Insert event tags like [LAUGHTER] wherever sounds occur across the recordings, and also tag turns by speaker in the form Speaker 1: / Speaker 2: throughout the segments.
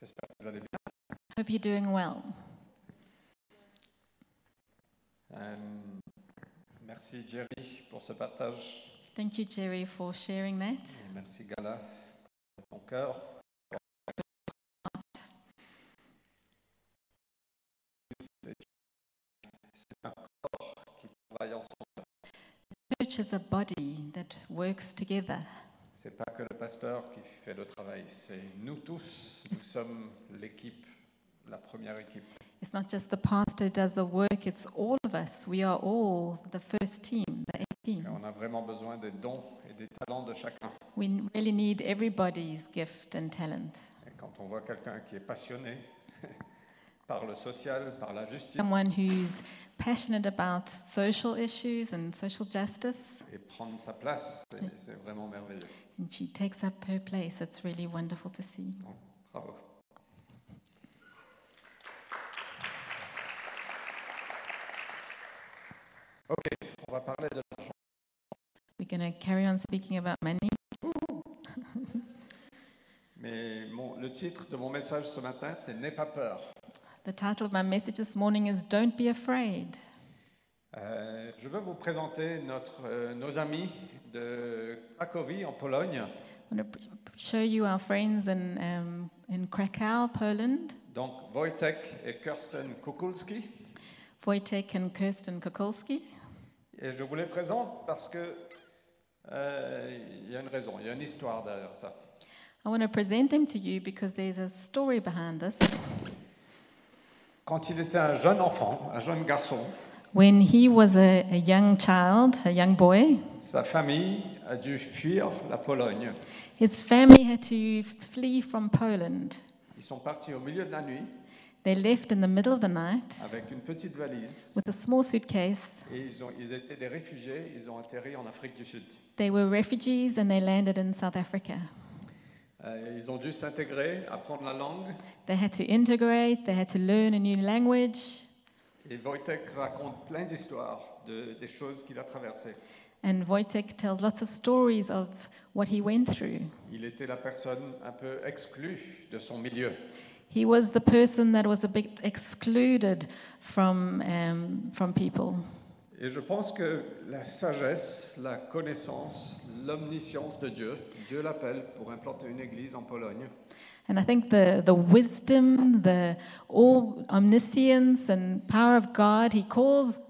Speaker 1: J'espère que vous allez bien.
Speaker 2: Hope you're doing well.
Speaker 1: Euh, merci Jerry pour ce partage.
Speaker 2: Thank you, Jerry, for sharing that.
Speaker 1: Et merci Gala pour ton cœur. C'est c'est un corps qui travaille ensemble.
Speaker 2: Church is a body that works together.
Speaker 1: C'est pas que le pasteur qui fait le travail, c'est nous tous. Nous sommes l'équipe, la première équipe.
Speaker 2: It's not just the pastor who does the work, it's all of us. We are all the first team, the A
Speaker 1: Et
Speaker 2: team.
Speaker 1: on a vraiment besoin des dons et des talents de chacun.
Speaker 2: We really need everybody's gift and talent.
Speaker 1: Et quand on voit quelqu'un qui est passionné [LAUGHS] par le social, par la justice,
Speaker 2: Someone who's passionate about social issues and social justice,
Speaker 1: et prendre sa place, c'est c'est vraiment merveilleux.
Speaker 2: and she takes up her place. It's really wonderful to see.
Speaker 1: Donc, bravo. Ok, on va parler de l'argent.
Speaker 2: We're going to carry on speaking about money.
Speaker 1: Mais mon- le titre de mon message ce matin, c'est N'aie pas peur.
Speaker 2: The title of my message this morning is Don't Be Afraid.
Speaker 1: Euh, je veux vous présenter notre, euh, nos amis de Cracovie en Pologne.
Speaker 2: I want to show you our friends in, um, in Krakow, Poland,
Speaker 1: Donc Wojtek et Kirsten Kukulski.
Speaker 2: Wojtek and Kirsten Kokolski.
Speaker 1: Et je vous les présente parce que euh, il y a une raison, il y a une histoire derrière ça.
Speaker 2: I want to present them to you because there's a story behind this.
Speaker 1: Quand il était un jeune enfant, un jeune garçon,
Speaker 2: When he was a, a young child, a young boy,
Speaker 1: sa famille a dû fuir la Pologne.
Speaker 2: his family had to f- flee from Poland.
Speaker 1: Ils sont partis au milieu de la nuit
Speaker 2: They left in the middle of the night
Speaker 1: avec une petite valise
Speaker 2: with a small suitcase.
Speaker 1: et ils, ont, ils étaient des réfugiés, ils ont atterri en Afrique du Sud.
Speaker 2: They were refugees and they landed in South Africa.
Speaker 1: Euh, ils ont dû s'intégrer, apprendre la langue.
Speaker 2: They had to integrate, they had to learn a new language.
Speaker 1: Et Wojtek raconte plein d'histoires de- des choses qu'il a traversées.
Speaker 2: And Wojtek tells lots of stories of what he went through.
Speaker 1: Il était la personne un peu exclue de son milieu.
Speaker 2: He was the person that was a bit excluded from, um, from people.
Speaker 1: Et je pense que la sagesse, la connaissance, l'omniscience de Dieu, Dieu l'appelle pour implanter une église en Pologne.
Speaker 2: And I think the, the wisdom, the all omniscience and power of God, he calls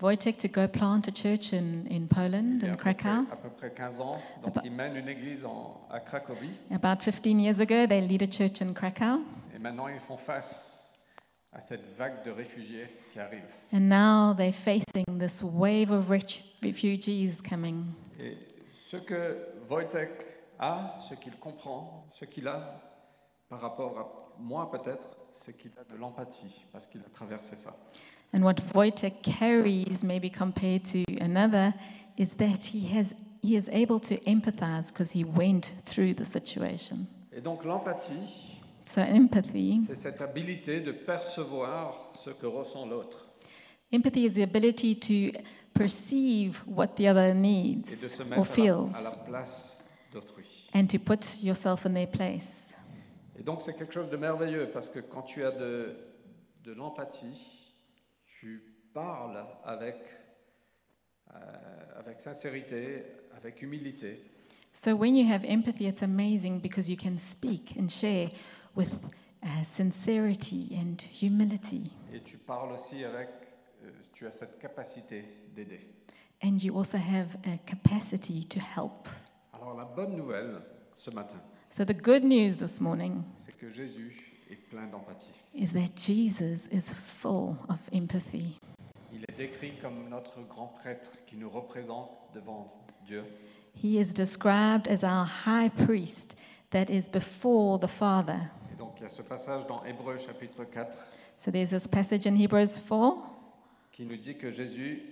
Speaker 2: Wojtek to go plant a church in, in Poland,
Speaker 1: Il y a à
Speaker 2: in
Speaker 1: peu, près,
Speaker 2: Krakow. Ah bah.
Speaker 1: à peu près 15 ans, donc il mène une église en- à Cracovie.
Speaker 2: About 15 years ago, they lead a church in Krakow.
Speaker 1: Et maintenant, ils font face à cette vague de réfugiés qui arrive.
Speaker 2: And now they're facing this wave of rich refugees coming.
Speaker 1: Et ce que Wojtek a, ce qu'il comprend, ce qu'il a par rapport à moi peut-être, c'est qu'il a de l'empathie parce qu'il a traversé ça.
Speaker 2: And what Wojtek carries, maybe compared to another, is that he has he is able to empathize because he went through the situation.
Speaker 1: Et donc l'empathie,
Speaker 2: So empathy,
Speaker 1: C'est cette habilité de percevoir ce que ressent l'autre
Speaker 2: empathy is the ability to perceive what the other
Speaker 1: et de
Speaker 2: needs
Speaker 1: se
Speaker 2: or
Speaker 1: mettre à
Speaker 2: feels,
Speaker 1: la, à la place d'autrui.
Speaker 2: and to put yourself in their place.
Speaker 1: Et donc c'est quelque chose de merveilleux parce que quand tu as de, de l'empathie, tu parles avec, euh, avec sincérité, avec humilité.
Speaker 2: So when you have empathy, it's amazing because you can speak and share with uh, sincerity and humility,
Speaker 1: Et tu parles aussi avec, euh, tu as cette capacité d'aider.
Speaker 2: and you also have a capacity to help.
Speaker 1: Alors la bonne nouvelle ce matin,
Speaker 2: So, the good news this morning
Speaker 1: c'est que Jésus est plein d'empathie.
Speaker 2: is that Jesus is full of empathy.
Speaker 1: Il est décrit comme notre grand prêtre qui nous représente devant Dieu.
Speaker 2: He is described as our high priest that is before the Father.
Speaker 1: Et donc il y a ce passage dans Hébreu chapitre 4
Speaker 2: So, there's this passage in Hebrews 4
Speaker 1: qui nous dit que Jésus,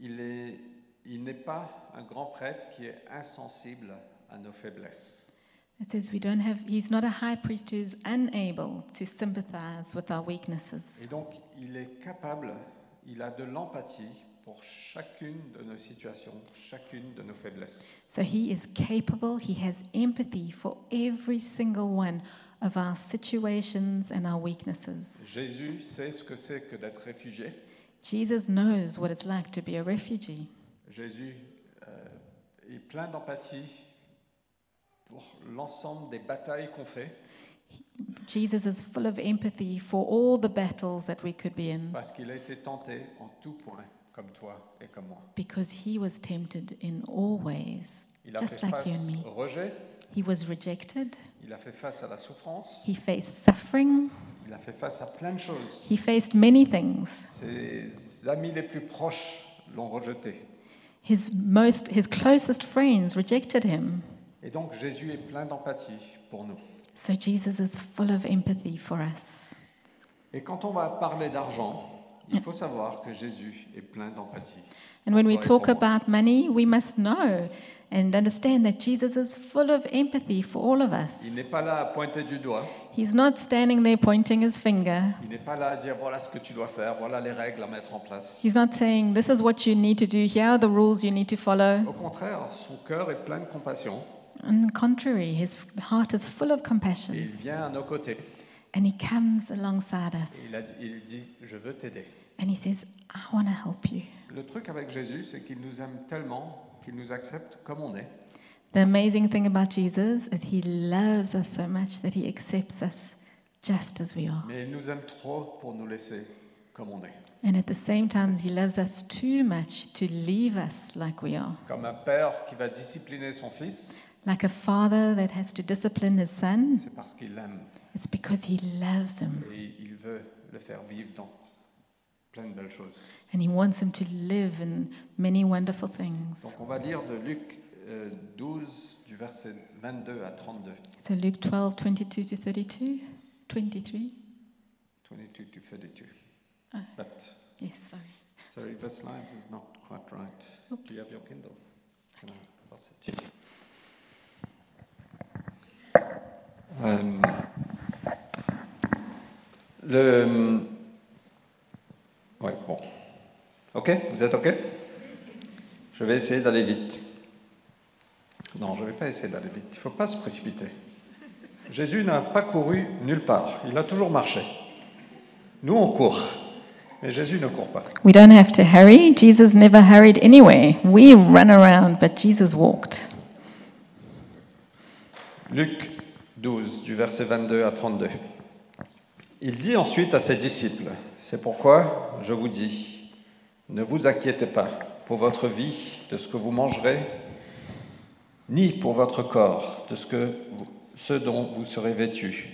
Speaker 1: il est- il n'est pas un grand prêtre qui est insensible à nos faiblesses.
Speaker 2: It says, We don't have, He's not a high priest who is unable to sympathize with our weaknesses.
Speaker 1: Et donc il est capable, il a de l'empathie pour chacune de nos situations, chacune de nos faiblesses.
Speaker 2: So, He is capable, He has empathy for every single one of our situations and our weaknesses.
Speaker 1: Jésus sait ce que c'est que d'être réfugié.
Speaker 2: Jesus knows what it's like to be a refugee.
Speaker 1: Jésus euh, est plein d'empathie pour l'ensemble des batailles qu'on fait,
Speaker 2: Jesus is full of empathy for all the battles that we could be in
Speaker 1: parce qu'il a été tenté en tout point, comme toi et comme moi.
Speaker 2: because he was tempted in all ways,
Speaker 1: Il a
Speaker 2: just
Speaker 1: fait
Speaker 2: like you and
Speaker 1: face
Speaker 2: me.
Speaker 1: au rejet,
Speaker 2: He was rejected,
Speaker 1: il a fait face à la souffrance,
Speaker 2: he faced suffering,
Speaker 1: il a fait face à plein de choses.
Speaker 2: he faced many things.
Speaker 1: Ses amis les plus proches l'ont rejeté.
Speaker 2: His most his closest friends rejected him.
Speaker 1: Et donc Jésus est plein d'empathie pour nous.
Speaker 2: So Jesus is full of empathy for us.
Speaker 1: Et quand on va parler d'argent, il faut savoir que Jésus est plein d'empathie.
Speaker 2: And when we
Speaker 1: Right,
Speaker 2: talk
Speaker 1: Paul.
Speaker 2: about money, we must know and understand that Jesus is full of empathy for all of us.
Speaker 1: Il n'est pas là à pointer du doigt,
Speaker 2: He's not standing there pointing his finger.
Speaker 1: il n'est pas là à dire voilà ce que tu dois faire, voilà les règles à mettre en place.
Speaker 2: He's not saying, This is what you need to do, here are the rules you need to follow.
Speaker 1: Au contraire, son cœur est plein de compassion
Speaker 2: On the contrary, his heart is full of
Speaker 1: et
Speaker 2: compassion
Speaker 1: il vient à nos côtés.
Speaker 2: and he comes alongside
Speaker 1: Et
Speaker 2: us
Speaker 1: il, a- il dit je veux t'aider.
Speaker 2: and he says, I want to help you.
Speaker 1: Le truc avec Jésus, c'est qu'il nous aime tellement qu'il nous accepte comme on est.
Speaker 2: The amazing thing about Jesus is he loves us so much that he accepts us just as we are.
Speaker 1: Mais il nous aime trop pour nous laisser comme on est.
Speaker 2: And at the same time, he loves us too much to leave us like we are.
Speaker 1: Comme un père qui va discipliner son fils,
Speaker 2: Like a father that has to discipline his son,
Speaker 1: c'est parce qu'il l'aime
Speaker 2: it's because he loves him
Speaker 1: et il veut le faire vivre dans plein de belles choses.
Speaker 2: and he wants him to live in many wonderful things.
Speaker 1: Donc on va lire de Luc euh, 12 du verset 22 à 32.
Speaker 2: So Luke 12, 22 to 32, 23.
Speaker 1: 22 to 32.
Speaker 2: Ah.
Speaker 1: But,
Speaker 2: Yes, sorry.
Speaker 1: sorry, this line is not quite right. Do you have your Kindle? Can I pass it to you? Euh, le... um, Ouais, bon. Ok, vous êtes ok Je vais essayer d'aller vite. Non, je ne vais pas essayer d'aller vite. Il ne faut pas se précipiter. Jésus n'a pas couru nulle part. Il a toujours marché. Nous, on court. Mais Jésus ne court pas.
Speaker 2: We don't have to hurry. Jesus never hurried anywhere. We run around, but Jesus walked.
Speaker 1: Luc 12, du verset 22 à 32. Il dit ensuite à ses disciples, C'est pourquoi je vous dis, ne vous inquiétez pas pour votre vie, de ce que vous mangerez, ni pour votre corps, de ce, que, ce dont vous serez vêtus.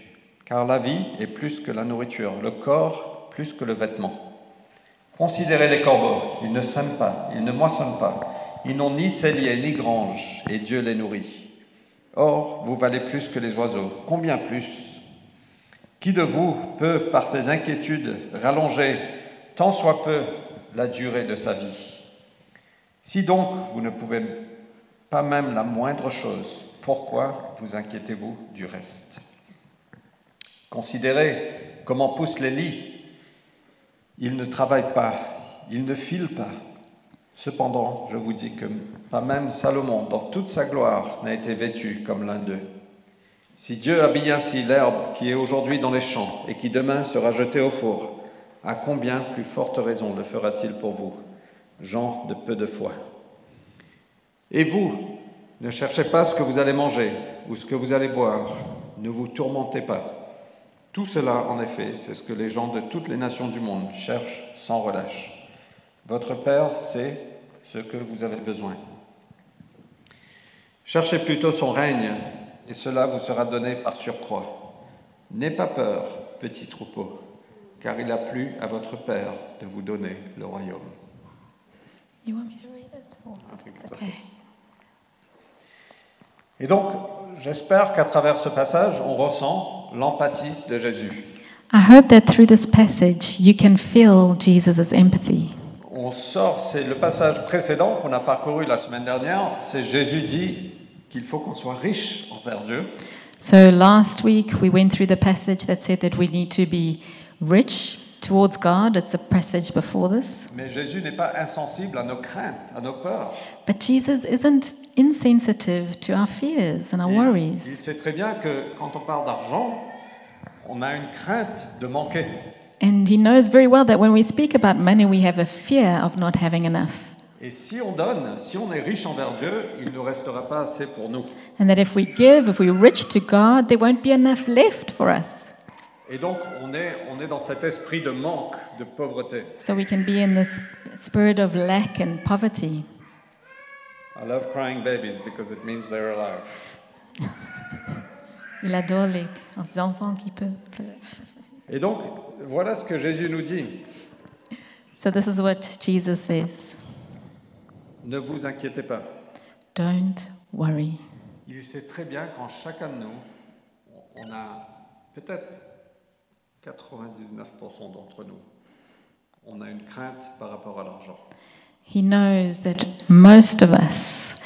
Speaker 1: Car la vie est plus que la nourriture, le corps plus que le vêtement. Considérez les corbeaux, ils ne sèment pas, ils ne moissonnent pas, ils n'ont ni cellier ni grange, et Dieu les nourrit. Or, vous valez plus que les oiseaux. Combien plus Qui de vous peut, par ses inquiétudes, rallonger tant soit peu la durée de sa vie Si donc vous ne pouvez pas même la moindre chose, pourquoi vous inquiétez-vous du reste Considérez comment poussent les lits. Ils ne travaillent pas, ils ne filent pas. Cependant, je vous dis que pas même Salomon, dans toute sa gloire, n'a été vêtu comme l'un d'eux. Si Dieu habille ainsi l'herbe qui est aujourd'hui dans les champs et qui demain sera jetée au four, à combien plus forte raison le fera-t-il pour vous, gens de peu de foi Et vous, ne cherchez pas ce que vous allez manger ou ce que vous allez boire, ne vous tourmentez pas. Tout cela, en effet, c'est ce que les gens de toutes les nations du monde cherchent sans relâche. Votre Père sait ce que vous avez besoin. Cherchez plutôt son règne, et cela vous sera donné par surcroît. N'aie pas peur, petit troupeau, car il a plu à votre Père de vous donner le royaume.
Speaker 2: You want me to read it? Or is it-
Speaker 1: it's
Speaker 2: okay.
Speaker 1: Et donc, j'espère qu'à travers ce passage, on ressent l'empathie de Jésus.
Speaker 2: I hope that through this passage you can feel Jesus' empathy.
Speaker 1: On sort, c'est le passage précédent qu'on a parcouru la semaine dernière, c'est Jésus dit qu'il faut qu'on soit riche envers Dieu.
Speaker 2: So last week we went through the passage that said that we need to be rich towards God. It's the passage before this.
Speaker 1: Mais Jésus n'est pas insensible à nos craintes, à nos peurs.
Speaker 2: But Jesus isn't insensitive to our fears and our
Speaker 1: Il, il
Speaker 2: worries.
Speaker 1: sait très bien que quand on parle d'argent, on a une crainte de manquer.
Speaker 2: And he knows very well that when we speak about money, we have a fear of not having enough.
Speaker 1: Et si on donne, si on est riche envers Dieu, il ne restera pas assez pour nous.
Speaker 2: And that if we give, if we're rich to God, there won't be enough left for us.
Speaker 1: Et donc, on est, on est dans cet esprit de manque, de pauvreté.
Speaker 2: So we can be in this spirit of lack and poverty.
Speaker 1: I love crying babies because it means they're alive.
Speaker 2: Il adore les les enfants qui peuvent pleurer.
Speaker 1: Et donc, voilà ce que Jésus nous dit.
Speaker 2: So this is what Jesus says
Speaker 1: Ne vous inquiétez pas.
Speaker 2: Don't worry.
Speaker 1: Il sait très bien qu'en chacun de nous, on a peut-être 99% d'entre nous, on a une crainte par rapport à l'argent.
Speaker 2: He knows that most of us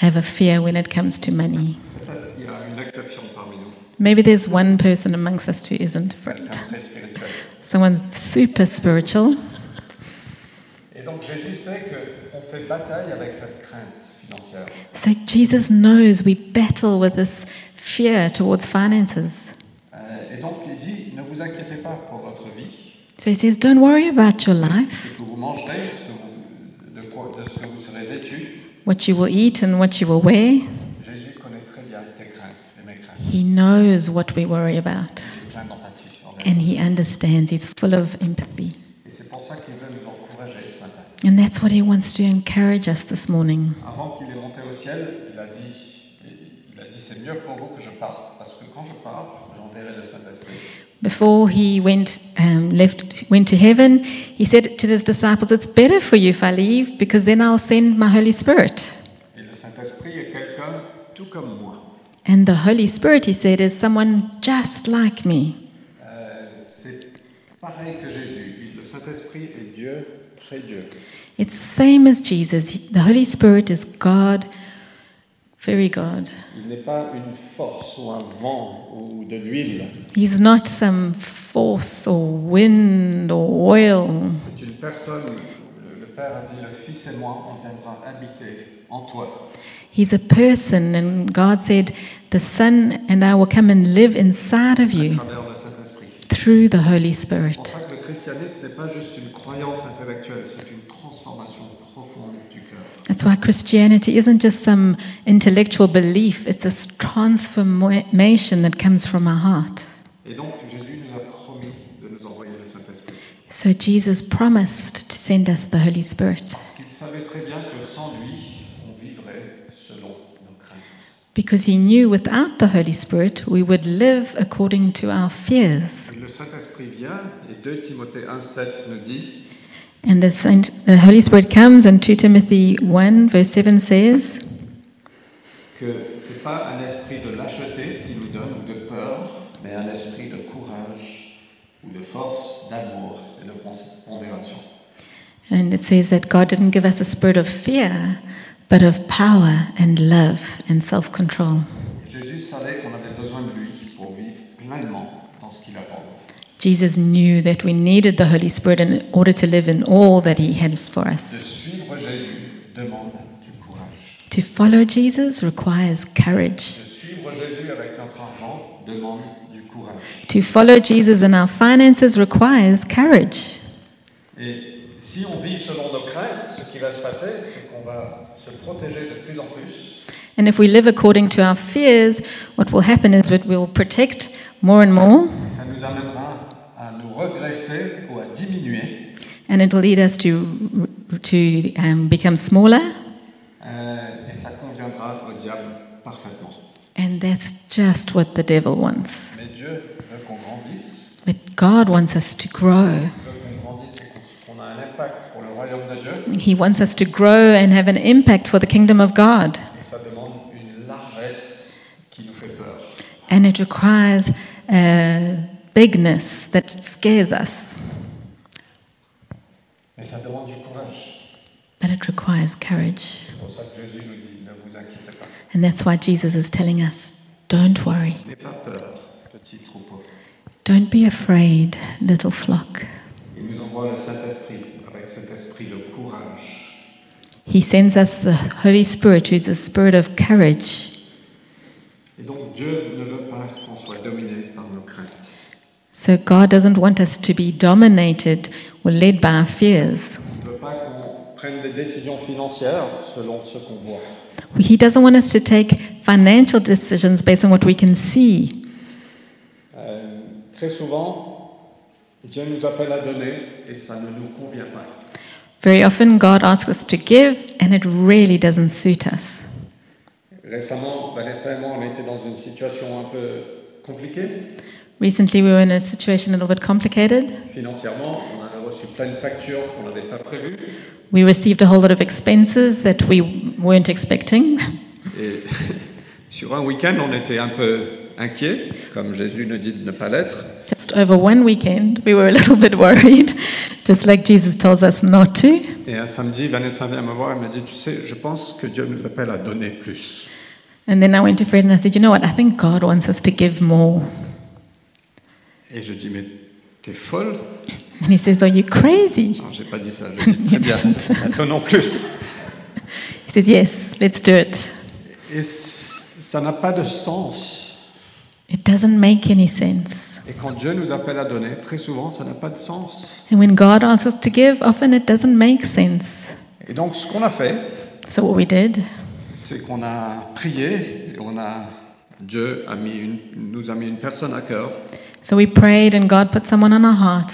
Speaker 2: have a fear when it comes to money.
Speaker 1: Peut-être Euh, il y a une exception parmi nous,
Speaker 2: Maybe there's one person amongst us who isn't for it.
Speaker 1: quelqu'un de très spirituel.
Speaker 2: Someone super spiritual.
Speaker 1: Et donc Jésus sait qu'on fait bataille avec cette crainte financière.
Speaker 2: So Jesus knows we battle with this fear towards finances.
Speaker 1: Euh, et donc il dit, ne vous inquiétez pas pour votre vie,
Speaker 2: So he says, Don't worry about your
Speaker 1: ce
Speaker 2: life,
Speaker 1: que vous mangerez, ce que vous- de, quoi- de ce que vous serez vêtu.
Speaker 2: what you will eat and what you will wear.
Speaker 1: Jésus connaît très bien tes craintes et mes craintes.
Speaker 2: He knows what we worry about
Speaker 1: Il est plein d'empathie envers
Speaker 2: and he understands. He's full of empathy.
Speaker 1: Et c'est pour ça qu'il veut nous encourager ce matin.
Speaker 2: And that's what he wants to encourage us this morning.
Speaker 1: Avant qu'il est monté au ciel, il a dit, il a dit c'est mieux pour vous que je parte, parce que quand je pars, j'enverrai le Saint-Esprit.
Speaker 2: Before he went um, left went to heaven, he said to his disciples, "It's better for you if I leave, because then I'll send my Holy Spirit."
Speaker 1: Et le Saint-Esprit est quelqu'un tout comme moi.
Speaker 2: And the Holy Spirit, he said, is someone just like me.
Speaker 1: Euh, c'est pareil que Jésus. Il- Le Saint-Esprit est Dieu, très Dieu.
Speaker 2: It's same as Jesus. He- The Holy Spirit is God, very God.
Speaker 1: Il n'est pas une force ou un vent ou de l'huile.
Speaker 2: He's not some force or wind or oil.
Speaker 1: C'est une personne. Le- Le Père a dit le Fils et moi, on viendra habiter en toi.
Speaker 2: He's a person, and God said, "The Son and I will come and live inside of
Speaker 1: à
Speaker 2: you
Speaker 1: travers le Saint-Esprit.
Speaker 2: through the Holy
Speaker 1: C'est
Speaker 2: Spirit."
Speaker 1: pour ça que le christianisme n'est pas juste une croyance intellectuelle, c'est une transformation profonde du cœur.
Speaker 2: That's why Christianity isn't just some intellectual belief, it's this transformation that comes from our heart.
Speaker 1: Et donc Jésus nous a promis de nous envoyer le Saint-Esprit.
Speaker 2: So Jesus promised to send us the Holy Spirit
Speaker 1: Parce qu'il savait très bien que sans lui, on vivrait selon nos craintes.
Speaker 2: because he knew without the Holy Spirit we would live according to our fears.
Speaker 1: Et le Saint-Esprit vient, et 2 Timothée 1,7 nous dit
Speaker 2: And the, Saint, the Holy Spirit comes, and 2 Timothy 1, verse 7 says,
Speaker 1: que ce n'est pas un esprit de lâcheté qui nous donne ou de peur, mais un esprit de courage ou de force, d'amour et de pondé- pondération.
Speaker 2: and it says that God didn't give us a spirit of fear, but of power and love and self control.
Speaker 1: Jésus savait qu'on avait besoin de lui pour vivre pleinement dans ce qu'il a pour nous.
Speaker 2: Jesus knew that we needed the Holy Spirit in order to live in all that He has for
Speaker 1: De
Speaker 2: us.
Speaker 1: suivre Jésus demande du courage.
Speaker 2: To follow Jesus requires courage.
Speaker 1: De suivre Jésus avec notre argent demande du courage.
Speaker 2: To follow Jesus in our finances requires courage.
Speaker 1: Et si on vit selon nos craintes, ce qui va se passer, c'est qu'on va se protéger de plus en plus
Speaker 2: And if we live according to our fears, what will happen is that we'll protect more and more,
Speaker 1: et ça nous amènera à nous regresser ou à diminuer.
Speaker 2: and it'll lead us to, to um, become smaller.
Speaker 1: euh, et ça conviendra au diable parfaitement.
Speaker 2: And that's just what the devil wants.
Speaker 1: Mais Dieu veut qu'on grandisse,
Speaker 2: But God wants us to grow.
Speaker 1: veut qu'on grandisse et qu'on- qu'on a un impact pour le royaume de Dieu.
Speaker 2: He wants us to grow and have an impact for the kingdom of God.
Speaker 1: Et ça demande une largesse qui nous fait peur.
Speaker 2: And it requires a bigness that scares us,
Speaker 1: Mais ça demande du courage.
Speaker 2: but it requires courage.
Speaker 1: C'est pour ça que Jésus nous dit, ne vous inquiétez pas.
Speaker 2: And that's why Jesus is telling us don't worry,
Speaker 1: N'aie pas peur, petit troupeau.
Speaker 2: don't be afraid, little flock.
Speaker 1: Il nous envoie le Saint-Esprit avec cet esprit de courage.
Speaker 2: He sends us the Holy Spirit, who's a spirit of courage.
Speaker 1: Et Et donc Dieu ne veut pas qu'on soit dominé par nos craintes.
Speaker 2: So God doesn't want us to be dominated or led by our fears.
Speaker 1: Il ne veut pas qu'on prenne des décisions financières selon ce qu'on voit.
Speaker 2: He doesn't want us to take financial decisions based on what we can see.
Speaker 1: Euh, très souvent, Dieu nous appelle à donner et ça ne nous convient pas.
Speaker 2: Very often, God asks us to give, and it really doesn't suit us.
Speaker 1: Récemment, Vanessa et moi, on était dans une situation un peu compliquée.
Speaker 2: Recently, we were in a situation a little bit complicated.
Speaker 1: Financièrement, on avait reçu plein de factures qu'on n'avait pas prévues.
Speaker 2: We received a whole lot of expenses that we weren't expecting.
Speaker 1: Et [LAUGHS] sur un week-end, on était un peu inquiet, comme Jésus nous dit de ne pas l'être.
Speaker 2: Just over one weekend, we were a little bit worried, just like Jesus tells us not to.
Speaker 1: Et un samedi, Vanessa vient me voir et me dit, tu sais, je pense que Dieu nous appelle à donner plus.
Speaker 2: And then I went to Fred and I said, You know what? I think God wants us to give more.
Speaker 1: Et je dis, mais t'es folle
Speaker 2: And he says, Are you crazy?
Speaker 1: Non, j'ai pas dit ça, je dis très bien, [LAUGHS] donnons plus.
Speaker 2: He says, Yes, let's do it.
Speaker 1: Et c- ça n'a pas de sens.
Speaker 2: It doesn't make any sense.
Speaker 1: Et quand Dieu nous appelle à donner, très souvent, ça n'a pas de sens.
Speaker 2: And when God asks us to give, often it doesn't make sense.
Speaker 1: Et donc, ce qu'on a fait,
Speaker 2: So what we did,
Speaker 1: c'est qu'on a prié et on a Dieu a mis une- nous a mis une personne à cœur
Speaker 2: so we prayed and God put someone on our heart.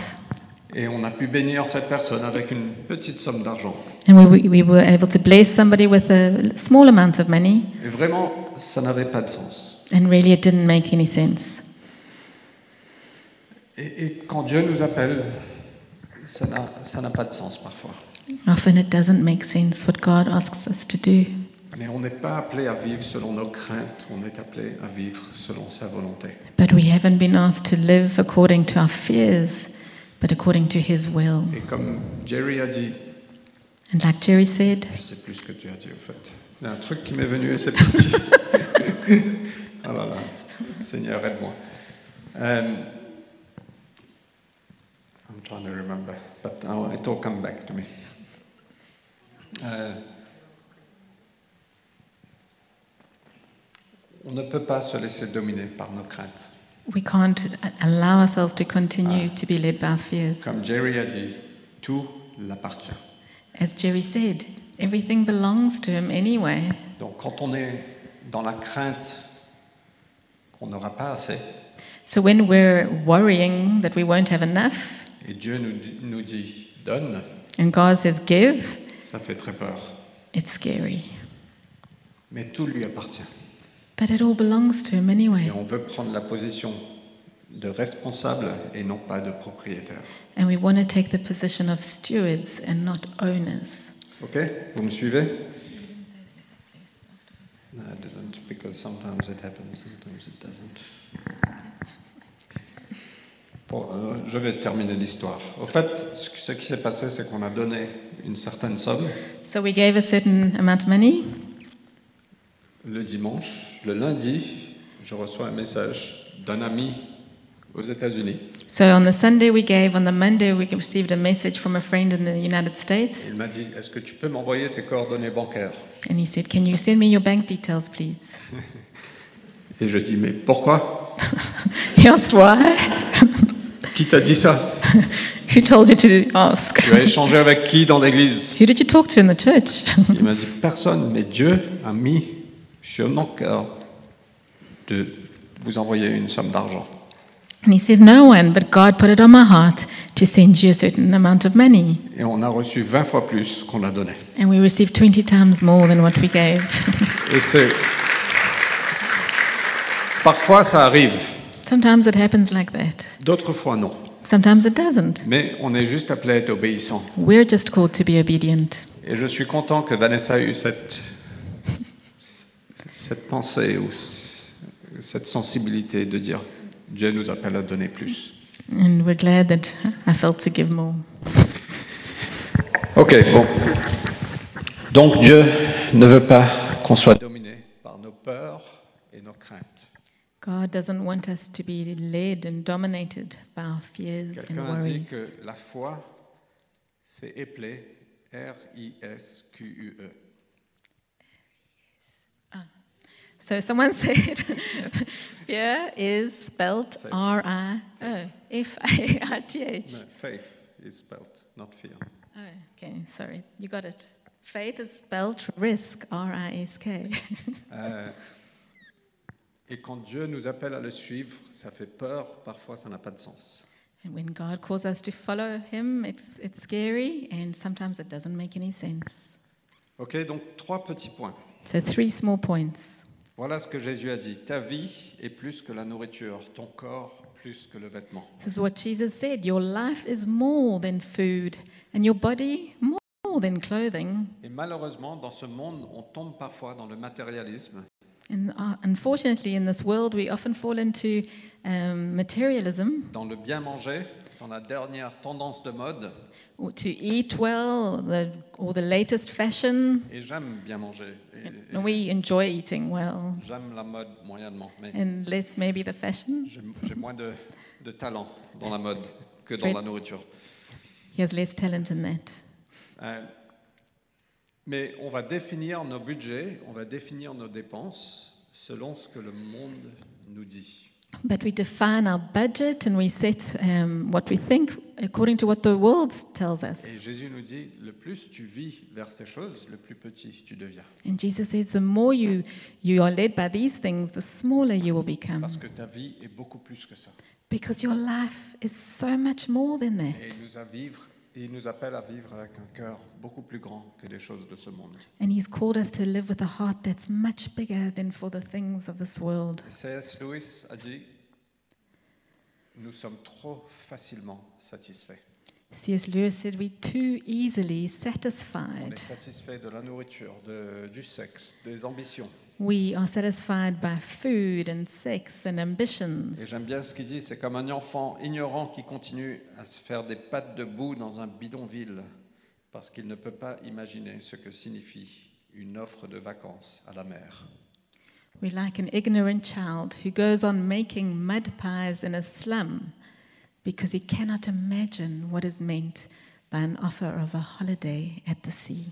Speaker 1: et on a pu bénir cette personne avec une petite somme d'argent.
Speaker 2: And we- we, we were able to bless somebody with a small amount of money.
Speaker 1: Et vraiment, ça n'avait pas de sens.
Speaker 2: And really, it didn't make any sense.
Speaker 1: Et, et quand Dieu nous appelle, ça n'a- ça n'a pas de sens parfois.
Speaker 2: Often it doesn't make sense what God asks us to do.
Speaker 1: Mais on n'est pas appelé à vivre selon nos craintes, on est appelé à vivre selon sa volonté.
Speaker 2: But we haven't been asked to live according to our fears, but according to His will.
Speaker 1: Et comme Jerry a dit,
Speaker 2: And like Jerry said,
Speaker 1: je sais plus ce que tu as dit au fait. Il y a un truc qui m'est venu et c'est parti. [LAUGHS] ah là là, Seigneur aide-moi. Um, I'm trying to remember, but now it all come back to me. Euh, on ne peut pas se laisser dominer par nos craintes.
Speaker 2: we can't allow ourselves to continue to be led by our fears.
Speaker 1: Comme Jerry a dit, tout l'appartient.
Speaker 2: As Jerry said, everything belongs to Him anyway.
Speaker 1: Donc quand on est dans la crainte qu'on n'aura pas assez,
Speaker 2: So when we're worrying that we won't have enough,
Speaker 1: et Dieu nous, dit- nous dit donne,
Speaker 2: and God says give,
Speaker 1: ça fait très peur.
Speaker 2: it's scary.
Speaker 1: Mais tout lui appartient.
Speaker 2: But it all belongs to Him anyway.
Speaker 1: Et on veut prendre la position de responsable et non pas de propriétaire.
Speaker 2: And we want to take the position of stewards and not owners.
Speaker 1: Ok Vous me suivez No, I didn't, because sometimes it happens, sometimes it doesn't. Bon, euh, je vais terminer l'histoire. Au fait, ce ce qui s'est passé, c'est qu'on a donné une certaine somme
Speaker 2: So we gave a certain amount of money.
Speaker 1: le dimanche. Le lundi, je reçois un message d'un ami aux États-Unis.
Speaker 2: So on the Sunday we gave, on the Monday we received a message from a friend in the United States,
Speaker 1: Il m'a dit Est-ce que tu peux m'envoyer tes coordonnées bancaires
Speaker 2: and he said, Can you send me your bank details, please? [LAUGHS]
Speaker 1: Et je dis Mais pourquoi
Speaker 2: He asked why. [LAUGHS]
Speaker 1: Qui t'a dit ça
Speaker 2: Who told you to ask?
Speaker 1: Tu as échangé avec qui dans l'église
Speaker 2: [LAUGHS] Who did you talk to in the church? [LAUGHS]
Speaker 1: Il m'a dit Personne, mais Dieu a mis sur mon cœur de vous envoyer une somme d'argent.
Speaker 2: And he said, No one, but God put it on my heart to send you a certain amount of money.
Speaker 1: Et on a reçu 20 fois plus qu'on a donné.
Speaker 2: And we received 20 times more than what we gave. [LAUGHS]
Speaker 1: Et c'est. Parfois ça arrive,
Speaker 2: Sometimes it happens like that,
Speaker 1: d'autres fois non.
Speaker 2: sometimes it doesn't.
Speaker 1: Mais on est juste appelé à être obéissant.
Speaker 2: We're just called to be obedient.
Speaker 1: Et je suis content que Vanessa ait eu cette, cette pensée ou c- cette sensibilité de dire Dieu nous appelle à donner plus.
Speaker 2: And we're glad that I felt to give more.
Speaker 1: Ok, bon. Donc Dieu ne veut pas qu'on soit dominé par nos peurs et nos craintes.
Speaker 2: God doesn't want us to be led and dominated by our fears and
Speaker 1: Quelqu'un a dit
Speaker 2: worries.
Speaker 1: que la foi, c'est éplé, E. R-I-S-Q-U-E.
Speaker 2: So someone [LAUGHS] said fear is spelled R I O F A I T H.
Speaker 1: No, faith is spelled, not fear.
Speaker 2: Oh, okay, sorry. You got it. Faith is spelled risk, R I S K. [LAUGHS]
Speaker 1: Euh, et quand Dieu nous appelle à le suivre, ça fait peur, parfois ça n'a pas de sens.
Speaker 2: And when God calls us to follow Him, it's, it's scary and sometimes it doesn't make any sense.
Speaker 1: Ok, donc trois petits points.
Speaker 2: So, three small points.
Speaker 1: Voilà ce que Jésus a dit. Ta vie est plus que la nourriture, ton corps plus que le vêtement.
Speaker 2: This is what Jesus said Your life is more than food, and your body more than clothing.
Speaker 1: Et malheureusement, dans ce monde, on tombe parfois dans le matérialisme
Speaker 2: And uh, unfortunately, in this world, we often fall into um, materialism
Speaker 1: dans le bien manger, dans la dernière tendance de mode,
Speaker 2: or to eat well or the, or the latest fashion.
Speaker 1: et j'aime bien manger, et- et
Speaker 2: And we enjoy eating well,
Speaker 1: j'aime la mode moyennement, mais
Speaker 2: and less maybe the fashion.
Speaker 1: j'ai j'ai moins de, de talent dans la mode que dans
Speaker 2: Fred-
Speaker 1: la nourriture.
Speaker 2: He has less talent in that.
Speaker 1: Euh, mais on va définir nos budgets, on va définir nos dépenses selon ce que le monde nous dit.
Speaker 2: But we define our budget and we set um, what we think according to what the world tells
Speaker 1: Et
Speaker 2: us.
Speaker 1: Jésus nous dit, le plus tu vis vers ces choses, le plus petit tu deviens.
Speaker 2: And Jesus says, the more you, you are led by these things, the smaller you will become.
Speaker 1: Parce que ta vie est beaucoup plus que ça.
Speaker 2: Because your life is so much more than
Speaker 1: Et
Speaker 2: that.
Speaker 1: il nous, a vivre, et il nous appelle à vivre avec un cœur beaucoup plus grand que les choses de ce monde.
Speaker 2: And He's called us to live with a heart that's much bigger than for the things of this world.
Speaker 1: C.S. Lewis a dit, nous sommes trop facilement satisfaits.
Speaker 2: C.S. Lewis said, We're too
Speaker 1: On
Speaker 2: easily
Speaker 1: est
Speaker 2: satisfied.
Speaker 1: satisfait de la nourriture, de- du sexe, des ambitions.
Speaker 2: We are satisfied by food and sex and ambitions.
Speaker 1: Et j'aime bien ce qu'il dit, c'est comme un enfant ignorant qui continue à se faire des pattes de boue dans un bidonville parce qu'il ne peut pas imaginer ce que signifie une offre de vacances à la mer.
Speaker 2: We're like an ignorant child who goes on making mud pies in a slum because he cannot imagine what is meant by an offer of a holiday at the sea.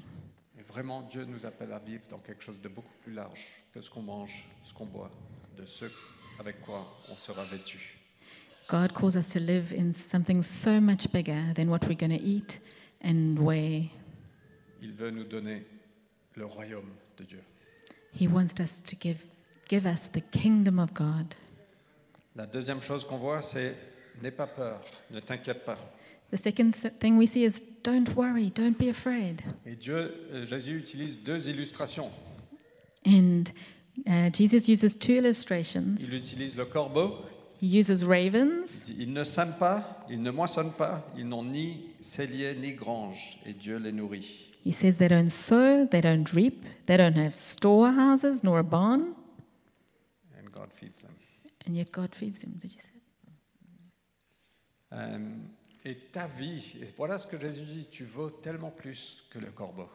Speaker 1: Et vraiment, Dieu nous appelle à vivre dans quelque chose de beaucoup plus large que ce qu'on mange, ce qu'on boit, de ce avec quoi on sera vêtu.
Speaker 2: God calls us to live in something so much bigger than what we're going to eat and wear.
Speaker 1: Il veut nous donner le royaume de Dieu.
Speaker 2: He wants us to give, give us the kingdom of God.
Speaker 1: La deuxième chose qu'on voit, c'est n'aie pas peur, ne t'inquiète pas.
Speaker 2: The second s- thing we see is don't worry, don't be afraid.
Speaker 1: Et Dieu, euh, Jésus utilise deux illustrations.
Speaker 2: And uh, Jesus uses two illustrations.
Speaker 1: Il utilise le corbeau
Speaker 2: He uses ravens
Speaker 1: Ils ne sèment pas, ils ne moissonnent pas, ils n'ont ni cellier ni grange, et Dieu les nourrit.
Speaker 2: He says they don't sow, they don't reap, they don't have storehouses nor a barn,
Speaker 1: And God feeds them.
Speaker 2: and yet God feeds them. Did you say?
Speaker 1: Euh, et ta vie, et voilà ce que Jésus dit, tu vaux tellement plus que le corbeau.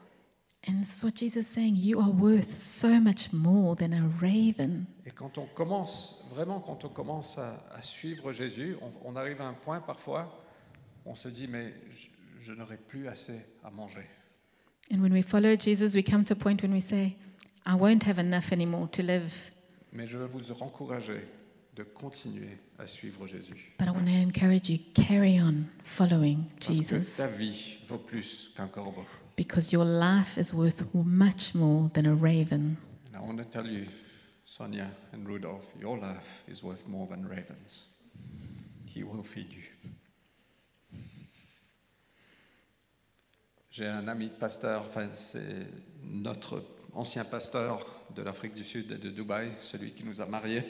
Speaker 2: And this is what Jesus is saying. You are worth so much more than a raven.
Speaker 1: Et quand on commence, vraiment quand on commence à, à suivre Jésus, on, on arrive à un point parfois, on se dit, mais je, je n'aurai plus assez à manger.
Speaker 2: And when we follow Jesus, we come to a point when we say, I won't have enough anymore to live.
Speaker 1: Mais je veux vous encourager de continuer à suivre Jésus.
Speaker 2: But I want to encourage you, carry on following
Speaker 1: Parce
Speaker 2: Jesus
Speaker 1: que ta vie vaut plus qu'un corbeau.
Speaker 2: because your life is worth much more than a raven.
Speaker 1: And I want to tell you, Sonia and Rudolph, your life is worth more than ravens. He will feed you. J'ai un ami pasteur, enfin c'est notre ancien pasteur de l'Afrique du Sud et de Dubaï, celui qui nous a mariés.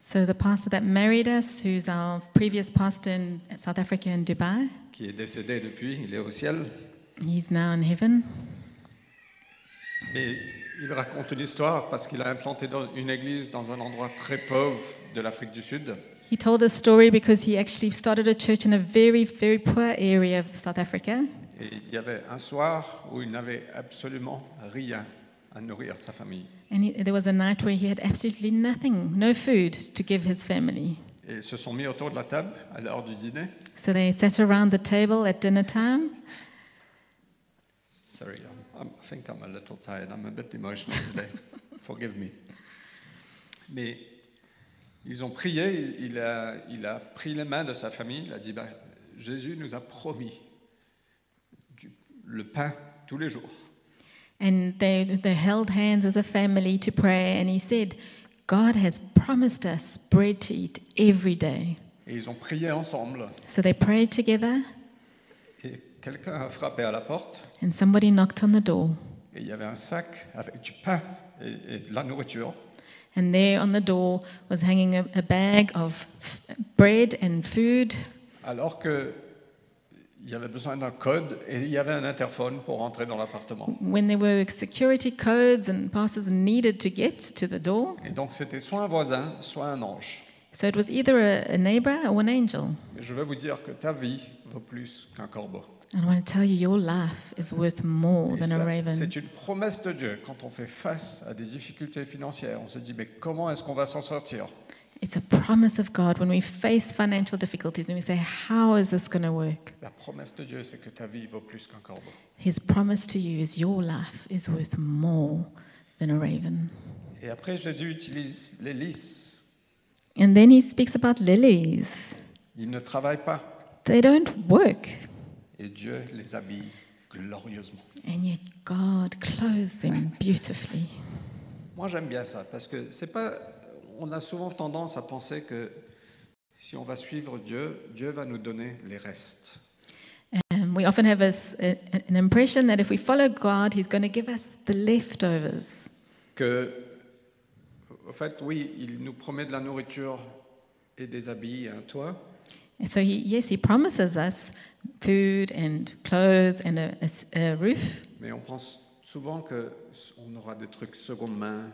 Speaker 2: So the pastor that married us, who's our previous pastor in South Africa and Dubai,
Speaker 1: qui est décédé depuis, il est au ciel.
Speaker 2: He's now in heaven.
Speaker 1: Mais il raconte une histoire parce qu'il a implanté dans- une église dans un endroit très pauvre de l'Afrique du Sud.
Speaker 2: He told a story because he actually started a church in a very, very poor area of South Africa.
Speaker 1: Et il y avait un soir où il n'avait absolument rien à nourrir sa famille.
Speaker 2: And he, there was a night where he had absolutely nothing, no food to give his family.
Speaker 1: Et ils se sont mis autour de la table à l'heure du dîner.
Speaker 2: So they sat around the table at dinner time.
Speaker 1: Sorry, I'm- I'm- I think I'm a little tired. I'm a bit emotional today. Forgive me. Mais ils ont prié, il a, il a pris les mains de sa famille, il a dit, Bah, Jésus nous a promis du- le pain tous les jours.
Speaker 2: And they, they held hands as a family to pray, and he said, God has promised us bread to eat every day.
Speaker 1: Et ils ont prié ensemble.
Speaker 2: So they prayed together,
Speaker 1: Et quelqu'un a frappé à la porte,
Speaker 2: and somebody knocked on the door.
Speaker 1: et il y avait un sac avec du pain et, et de la nourriture.
Speaker 2: And there on the door was hanging a, a bag of f- bread and food,
Speaker 1: Alors que il y avait besoin d'un code et il y avait un interphone pour entrer dans l'appartement.
Speaker 2: when there were security codes and passes needed to get to the door.
Speaker 1: Et donc c'était soit un voisin, soit un ange.
Speaker 2: So it was either a, a neighbor or an angel.
Speaker 1: Et je veux vous dire que ta vie vaut plus qu'un corbeau.
Speaker 2: And I want to tell you, your life is worth more
Speaker 1: Et
Speaker 2: than a
Speaker 1: ça,
Speaker 2: raven.
Speaker 1: C'est une promesse de Dieu. Quand on fait face à des difficultés financières, on se dit mais comment est-ce qu'on va s'en sortir
Speaker 2: It's a promise of God when we face financial difficulties and we say, How is this going to work?
Speaker 1: La promesse de Dieu, c'est que ta vie vaut plus qu'un corbeau.
Speaker 2: His promise to you is your life is worth more than a raven.
Speaker 1: Et après Jésus utilise les lys.
Speaker 2: And then he speaks about lilies.
Speaker 1: Ils ne travaillent pas.
Speaker 2: They don't work,
Speaker 1: Et Dieu les habille glorieusement.
Speaker 2: and yet God clothes them beautifully.
Speaker 1: Moi, j'aime bien ça parce que c'est pas. On a souvent tendance à penser que si on va suivre Dieu, Dieu va nous donner les restes.
Speaker 2: Um, we often have a s- a- an impression that if we follow God, He's going to give us the leftovers.
Speaker 1: Que, en fait, oui, il nous promet de la nourriture et des habits hein, et un toit,
Speaker 2: And so, he, yes, He promises us food and clothes and a- a s- a roof,
Speaker 1: mais on pense souvent que on aura des trucs seconde main,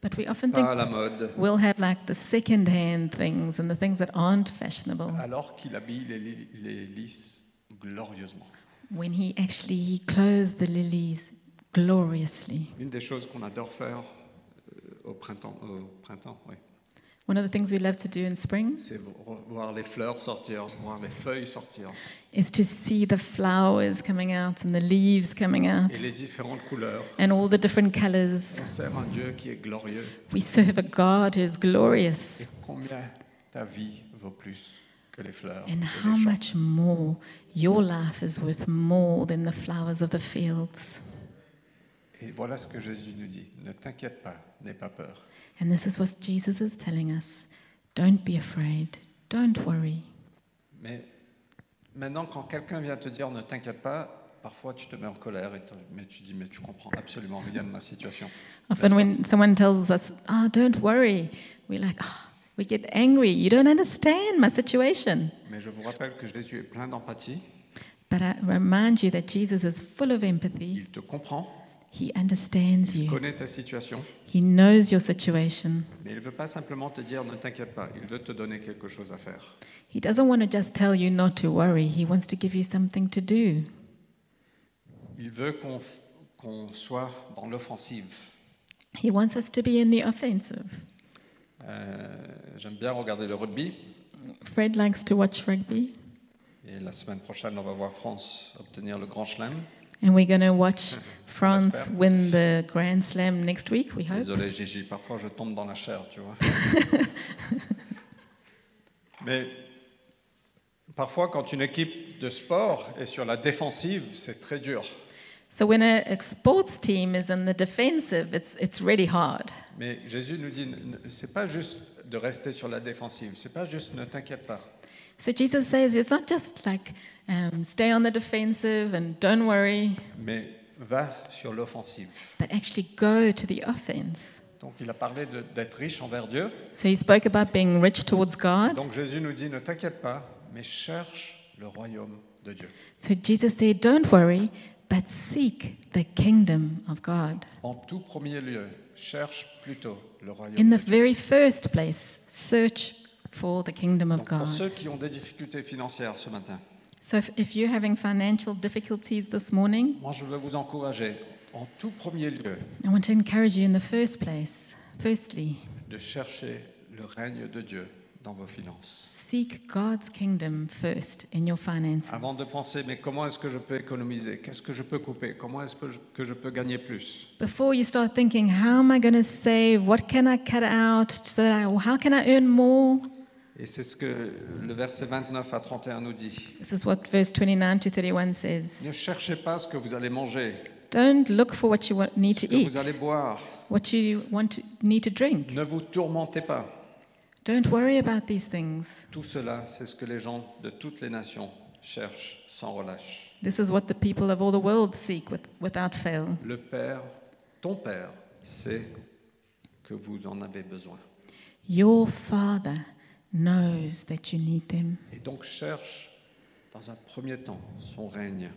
Speaker 2: but we often think
Speaker 1: pas à la mode,
Speaker 2: We'll have like the second-hand things and the things that aren't fashionable.
Speaker 1: alors qu'il habille les, li- les lys glorieusement.
Speaker 2: When he actually he clothes the lilies gloriously.
Speaker 1: Une des choses qu'on adore faire euh, au printemps, au printemps, oui,
Speaker 2: One of the things we love to do in spring
Speaker 1: c'est vo- voir les fleurs sortir, voir les feuilles sortir.
Speaker 2: is to see the flowers coming out and the leaves coming out
Speaker 1: et les différentes couleurs.
Speaker 2: and all the different colors.
Speaker 1: On sert un Dieu qui est glorieux.
Speaker 2: We serve a God who is
Speaker 1: Et
Speaker 2: glorious.
Speaker 1: combien ta vie vaut plus que les fleurs
Speaker 2: And
Speaker 1: et
Speaker 2: how
Speaker 1: les champs.
Speaker 2: much more your life is worth more than the flowers of the fields.
Speaker 1: Et voilà ce que Jésus nous dit. Ne t'inquiète pas, n'aie pas peur.
Speaker 2: And this is what Jesus is telling us. Don't be afraid. Don't worry.
Speaker 1: Mais maintenant, quand quelqu'un vient te dire ne t'inquiète pas, parfois tu te mets en colère et te- mais tu dis mais tu comprends absolument rien de ma situation.
Speaker 2: Often, when someone tells us, oh, don't worry, we're like, oh, we get angry. You don't understand my situation.
Speaker 1: Mais je vous rappelle que Jésus est plein d'empathie.
Speaker 2: But I remind you that Jesus is full of empathy.
Speaker 1: Il te comprend,
Speaker 2: He understands
Speaker 1: il
Speaker 2: you,
Speaker 1: connaît ta situation,
Speaker 2: He knows your situation.
Speaker 1: mais il ne veut pas simplement te dire ne t'inquiète pas. Il veut te donner quelque chose à faire.
Speaker 2: He doesn't want to just tell you not to worry, He wants to give you something to do.
Speaker 1: Il veut qu'on f- qu'on soit dans l'offensive.
Speaker 2: He wants us to be in the offensive.
Speaker 1: Euh, J'aime bien regarder le rugby.
Speaker 2: Fred likes to watch rugby,
Speaker 1: Et la semaine prochaine, on va voir France obtenir le Grand Chelem.
Speaker 2: and we're going to watch France
Speaker 1: Jasper.
Speaker 2: win the Grand Slam next week, we hope.
Speaker 1: Désolé, Gigi, parfois je tombe dans la chair, tu vois. Mais parfois, quand une équipe de sport est sur la défensive, c'est très dur.
Speaker 2: So when a, a sports team is in the defensive, it's it's really hard.
Speaker 1: Mais Jésus nous dit, n- n- c'est pas juste de rester sur la défensive, c'est pas juste ne t'inquiète pas.
Speaker 2: So Jesus says it's not just like um, stay on the defensive and don't worry,
Speaker 1: Mais va sur l'offensive.
Speaker 2: but actually go to the offense.
Speaker 1: Donc il a parlé de- d'être riche envers Dieu.
Speaker 2: So he spoke about being rich towards God.
Speaker 1: Donc Jésus nous dit, ne t'inquiète pas, mais cherche le royaume de Dieu.
Speaker 2: So Jesus said, don't worry, but seek the kingdom of God.
Speaker 1: En tout premier lieu, cherche plutôt le royaume
Speaker 2: In
Speaker 1: de
Speaker 2: the
Speaker 1: Dieu.
Speaker 2: very first place, search for the kingdom of
Speaker 1: Donc, pour
Speaker 2: God.
Speaker 1: ceux qui ont des difficultés financières ce matin,
Speaker 2: So if, if you're having financial difficulties this morning,
Speaker 1: moi je veux vous encourager, en tout premier lieu,
Speaker 2: I want to encourage you in the first place, firstly,
Speaker 1: de chercher le règne de Dieu dans vos finances.
Speaker 2: Seek God's kingdom first in your finances.
Speaker 1: Avant de penser, mais comment est-ce que je peux économiser Qu'est-ce que je peux couper Comment est-ce que je- que je peux gagner plus
Speaker 2: Before you start thinking, how am I going to save? What can I cut out? So that I, how can I earn more?
Speaker 1: Et c'est ce que le verset 29 à 31 nous dit.
Speaker 2: This is what verse 29 to 31 says.
Speaker 1: Ne cherchez pas ce que vous allez manger,
Speaker 2: Don't look for what you want, need
Speaker 1: ce
Speaker 2: to
Speaker 1: que
Speaker 2: eat,
Speaker 1: vous allez boire.
Speaker 2: what you want to, need to drink.
Speaker 1: Ne vous tourmentez pas.
Speaker 2: Don't worry about these things.
Speaker 1: Tout cela, c'est ce que les gens de toutes les nations cherchent sans relâche.
Speaker 2: This is what the people of all the world seek with, without fail.
Speaker 1: Le Père, ton Père, sait que vous en avez besoin.
Speaker 2: Your Father knows that you need them.
Speaker 1: Et donc cherche dans un premier temps son règne.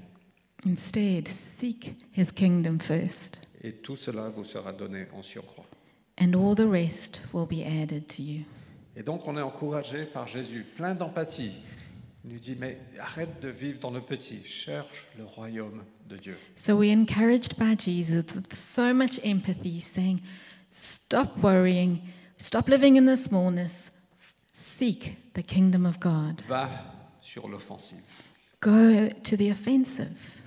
Speaker 2: Instead, seek His kingdom first,
Speaker 1: Et tout cela vous sera donné en surcroît.
Speaker 2: and all the rest will be added to you.
Speaker 1: Et donc on est encouragé par Jésus, plein d'empathie. Il nous dit, mais arrête de vivre dans le petit, cherche le royaume de Dieu.
Speaker 2: So we're encouraged by Jesus with so much empathy, saying, Stop worrying, stop living in the smallness, seek the kingdom of God.
Speaker 1: Va sur l'offensive.
Speaker 2: Go to the offensive.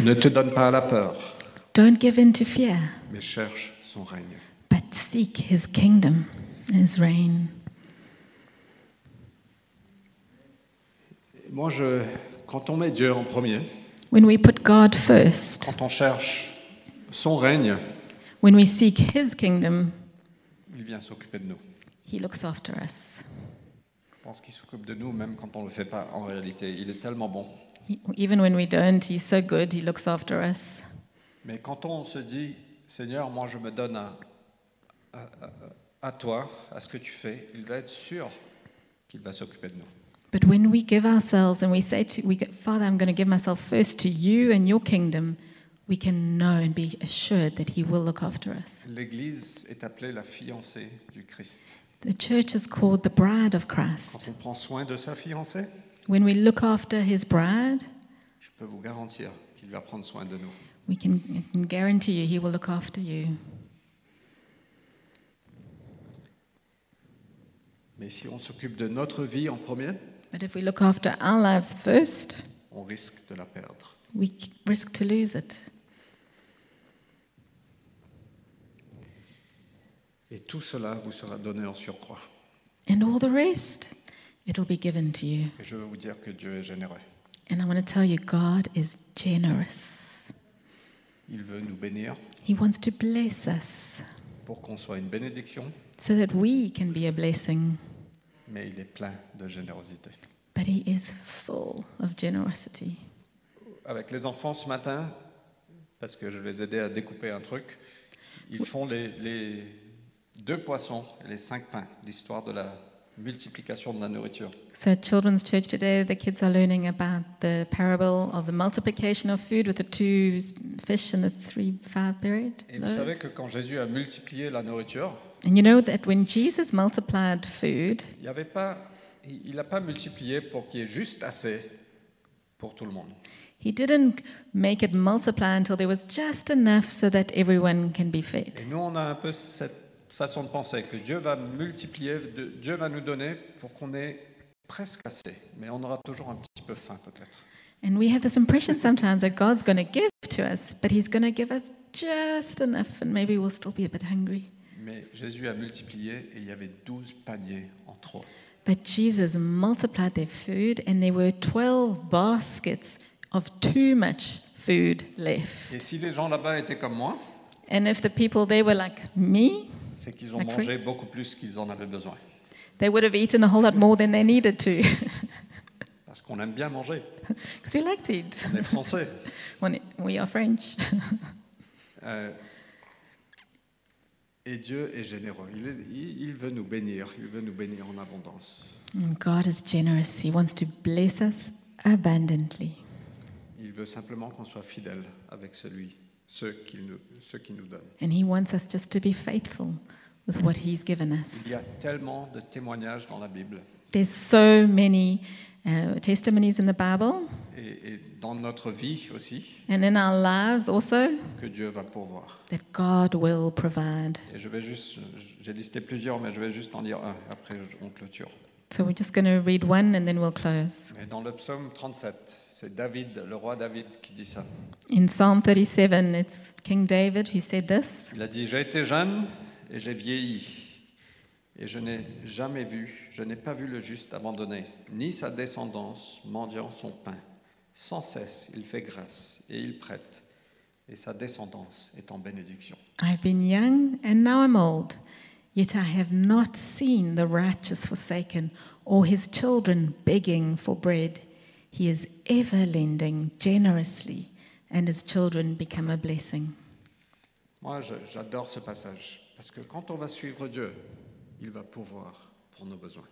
Speaker 1: Ne te donne pas à la peur,
Speaker 2: Don't give in to fear,
Speaker 1: mais cherche son règne.
Speaker 2: but seek his kingdom, his reign.
Speaker 1: Et moi, je, quand on met Dieu en premier,
Speaker 2: When we put God first,
Speaker 1: quand on cherche son règne,
Speaker 2: when we seek his kingdom,
Speaker 1: il vient s'occuper de nous.
Speaker 2: he looks after us.
Speaker 1: Je pense qu'il s'occupe de nous même quand on ne le fait pas en réalité. Il est tellement bon.
Speaker 2: He, even when we don't, he's so good, he looks after us.
Speaker 1: Mais quand on se dit, Seigneur, moi je me donne à, à- à- à toi, à ce que tu fais, il va être sûr qu'il va s'occuper de nous.
Speaker 2: But when we give ourselves and we say to we go, Father, I'm going to give myself first to you and your kingdom, we can know and be assured that he will look after us.
Speaker 1: L'Église est appelée la fiancée du Christ.
Speaker 2: The church is called the bride of
Speaker 1: Quand
Speaker 2: Christ.
Speaker 1: on prend soin de sa fiancée,
Speaker 2: When we look after his bride,
Speaker 1: je peux vous garantir qu'il va prendre soin de nous.
Speaker 2: we can, I can guarantee you he will look after you.
Speaker 1: Mais si on s'occupe de notre vie en premier,
Speaker 2: But if we look after our lives first,
Speaker 1: on risque de la perdre.
Speaker 2: we c- risk to lose it.
Speaker 1: Et tout cela vous sera donné en surcroît.
Speaker 2: And all the rest, it'll be given to you.
Speaker 1: Et je veux vous dire que Dieu est généreux.
Speaker 2: And I want to tell you, God is generous.
Speaker 1: Il veut nous bénir
Speaker 2: He wants to bless us
Speaker 1: pour qu'on soit une bénédiction,
Speaker 2: so that we can be a blessing.
Speaker 1: mais il est plein de générosité.
Speaker 2: But He is full of generosity.
Speaker 1: avec les enfants ce matin, parce que je les aidais à découper un truc. Ils font les, les deux poissons et les cinq pains, l'histoire de la multiplication de la nourriture.
Speaker 2: So, at Children's Church today, the kids are learning about the parable of the multiplication of food with the two fish and the three five bread.
Speaker 1: Et vous
Speaker 2: loaves.
Speaker 1: savez que quand Jésus a multiplié la nourriture,
Speaker 2: And you know that when Jesus multiplied food,
Speaker 1: il n'y avait pas, il n'a pas multiplié pour qu'il y ait juste assez pour tout le monde.
Speaker 2: He didn't make it multiply until there was just enough so that everyone can be fed.
Speaker 1: Et nous, on a un peu cette façon de penser que Dieu va multiplier, de- Dieu va nous donner pour qu'on ait presque assez, mais on aura toujours un petit peu faim peut-être.
Speaker 2: And we have this impression sometimes that God's going to give to us, but He's going to give us just enough, and maybe we'll still be a bit hungry.
Speaker 1: Mais Jésus a multiplié et il y avait douze paniers en trop.
Speaker 2: But Jesus multiplied their food, and there were 12 baskets of too much food left.
Speaker 1: Et si les gens là-bas étaient comme moi,
Speaker 2: And if the people there were like me,
Speaker 1: c'est qu'ils ont
Speaker 2: Like free.
Speaker 1: mangé beaucoup plus qu'ils en avaient besoin.
Speaker 2: they would have eaten a whole lot more than they needed to, [LAUGHS]
Speaker 1: Parce qu'on aime bien manger,
Speaker 2: because we like to eat.
Speaker 1: on est français.
Speaker 2: When we are French.
Speaker 1: Euh, et Dieu est généreux, il, est- il- il veut nous bénir, il veut nous bénir en abondance.
Speaker 2: And God is generous. He wants to bless us abundantly.
Speaker 1: Il veut simplement qu'on soit fidèle avec celui, ceux qu'il nous, ceux qui nous donne.
Speaker 2: And He wants us just to be faithful with what He's given
Speaker 1: Il
Speaker 2: us.
Speaker 1: y a tellement de témoignages dans la Bible
Speaker 2: There's so many uh, testimonies in the Bible
Speaker 1: et, et dans notre vie aussi
Speaker 2: and in our lives also
Speaker 1: que Dieu va pourvoir.
Speaker 2: that God will provide.
Speaker 1: Et je vais juste, j'ai listé plusieurs, mais je vais juste en dire un, après je- on clôture.
Speaker 2: So we're just going to read one and then we'll close.
Speaker 1: Mais dans le psaume 37, c'est David, le roi David, qui dit ça.
Speaker 2: In Psalm 37, it's King David who said this
Speaker 1: Il a dit J'ai été jeune et j'ai vieilli, et je n'ai jamais vu, je n'ai pas vu le juste abandonné, ni sa descendance mendiant son pain. Sans cesse, il fait grâce et il prête, et sa descendance est en bénédiction.
Speaker 2: I've been young and now I'm old, yet I have not seen the righteous forsaken or his children begging for bread. He is ever lending generously, and his children become a blessing.
Speaker 1: Moi, je- j'adore ce passage, parce que quand on va suivre Dieu, il va pourvoir pour nos besoins.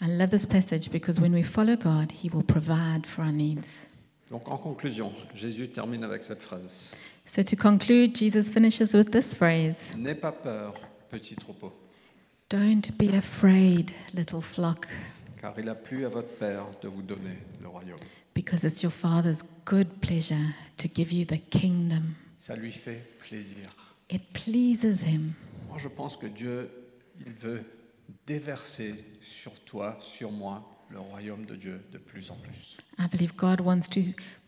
Speaker 2: I love this passage because when we follow God, he will provide for our needs.
Speaker 1: Donc en conclusion, Jésus termine avec cette phrase.
Speaker 2: So to conclude, Jesus finishes with this phrase
Speaker 1: N'aie pas peur, petit troupeau,
Speaker 2: Don't be afraid, little flock,
Speaker 1: car il a plu à votre Père de vous donner le royaume.
Speaker 2: because it's your Father's good pleasure to give you the kingdom.
Speaker 1: Ça lui fait plaisir.
Speaker 2: It pleases him.
Speaker 1: Moi, je pense que Dieu, il veut déverser sur toi, sur moi, le royaume de Dieu de plus en plus.
Speaker 2: I believe God wants to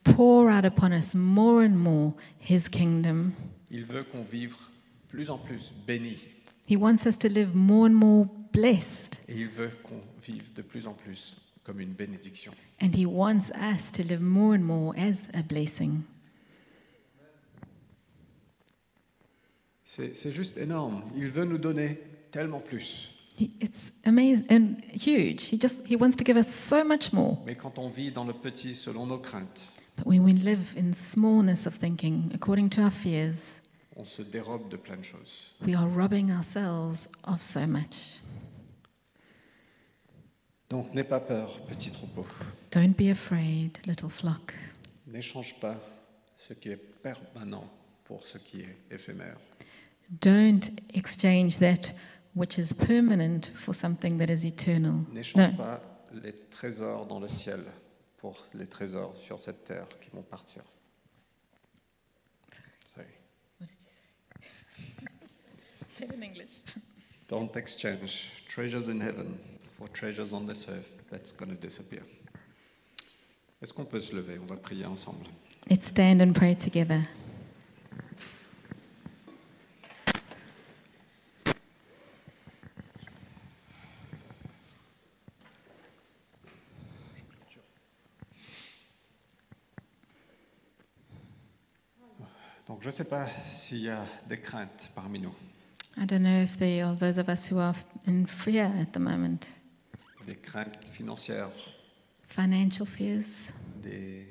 Speaker 2: pour out upon us more and more his kingdom.
Speaker 1: Il veut qu'on vive plus en plus béni.
Speaker 2: He wants us to live more and more blessed,
Speaker 1: Et il veut qu'on vive de plus en plus comme une bénédiction.
Speaker 2: and he wants us to live more and more as a blessing.
Speaker 1: C'est c'est juste énorme. Il veut nous donner tellement plus.
Speaker 2: He, it's amazing and huge. He just he wants to give us so much more.
Speaker 1: Mais quand on vit dans le petit selon nos craintes,
Speaker 2: But when we live in smallness of thinking, according to our fears,
Speaker 1: on se dérobe de plein de choses.
Speaker 2: we are robbing ourselves of so much.
Speaker 1: Donc n'aie pas peur, petit troupeau.
Speaker 2: Don't be afraid, little flock.
Speaker 1: N'échange pas ce qui est permanent pour ce qui est éphémère.
Speaker 2: Don't exchange that which is permanent for something that is eternal.
Speaker 1: N'échange
Speaker 2: No,
Speaker 1: pas les trésors dans le ciel pour les trésors sur cette terre qui vont partir. Sorry.
Speaker 2: say [LAUGHS] it in English.
Speaker 1: Don't exchange treasures in heaven for treasures on this earth that's going to disappear. Est-ce qu'on peut se lever On va prier ensemble.
Speaker 2: Let's stand and pray together.
Speaker 1: Donc je ne sais pas s'il y a des craintes parmi nous,
Speaker 2: I don't know if there are those of us who are in fear at the moment
Speaker 1: des craintes financières,
Speaker 2: financial fears
Speaker 1: des,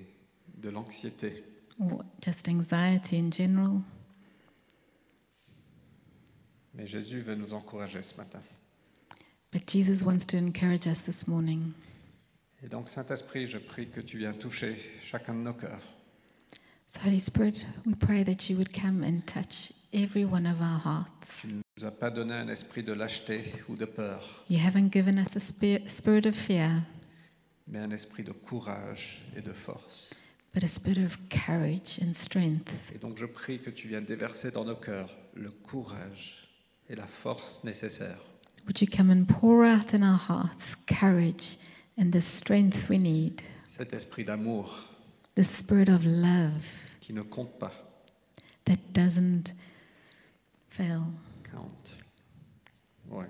Speaker 1: de l'anxiété.
Speaker 2: or just anxiety in general.
Speaker 1: Mais Jésus veut nous encourager ce matin.
Speaker 2: But Jesus wants to encourage us this morning.
Speaker 1: Et donc Saint-Esprit, je prie que tu viennes toucher chacun de nos cœurs.
Speaker 2: So, Holy Spirit, we pray that you would come and touch every one of our hearts.
Speaker 1: Tu ne nous as pas donné un esprit de lâcheté ou de peur,
Speaker 2: You haven't given us a spir- spirit of fear,
Speaker 1: mais un esprit de courage et de force.
Speaker 2: but a spirit of courage and strength.
Speaker 1: Et donc je prie que tu viennes déverser dans nos cœurs le courage et la force nécessaires
Speaker 2: Would you come and pour out in our hearts courage and the strength we need,
Speaker 1: Cet esprit d'amour
Speaker 2: the spirit of love
Speaker 1: qui ne compte pas,
Speaker 2: that doesn't fail,
Speaker 1: compte. Ouais. ouais.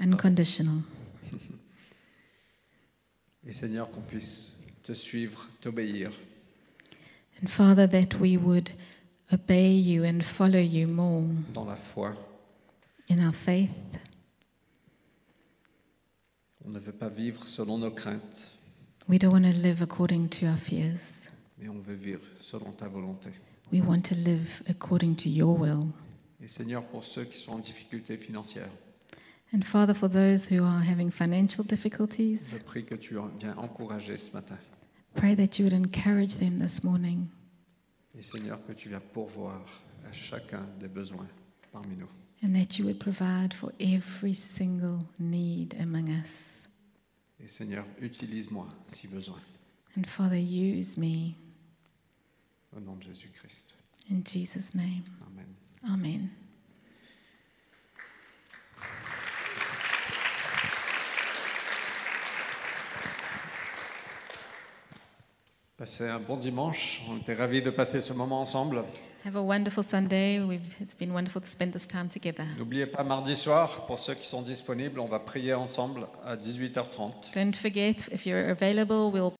Speaker 2: unconditional.
Speaker 1: Et Seigneur, qu'on puisse te suivre, t'obéir,
Speaker 2: And Father, that we would obey you and follow you more
Speaker 1: dans la foi.
Speaker 2: in our faith.
Speaker 1: On ne veut pas vivre selon nos craintes,
Speaker 2: We don't want to live according to our fears,
Speaker 1: mais on veut vivre selon ta volonté.
Speaker 2: we want to live according to your will.
Speaker 1: Et Seigneur, pour ceux qui sont en difficulté financière,
Speaker 2: And Father, for those who are having financial
Speaker 1: je
Speaker 2: difficulties,
Speaker 1: prie que tu viennes encourager ce matin.
Speaker 2: pray that you would encourage them this morning.
Speaker 1: Et Seigneur, que tu viens pourvoir à chacun des besoins parmi nous.
Speaker 2: and that you would provide for every single need among us.
Speaker 1: Et Seigneur, utilise-moi si besoin,
Speaker 2: And Father, use me
Speaker 1: au nom de Jésus-Christ.
Speaker 2: in Jesus' name.
Speaker 1: Amen.
Speaker 2: Amen.
Speaker 1: Passez un bon dimanche. On était ravis de passer ce moment ensemble.
Speaker 2: Have a wonderful Sunday. We've, it's been wonderful to spend this time together.
Speaker 1: N'oubliez pas mardi soir, pour ceux qui sont disponibles, on va prier ensemble à 18h30.
Speaker 2: Don't forget, if you're available, we'll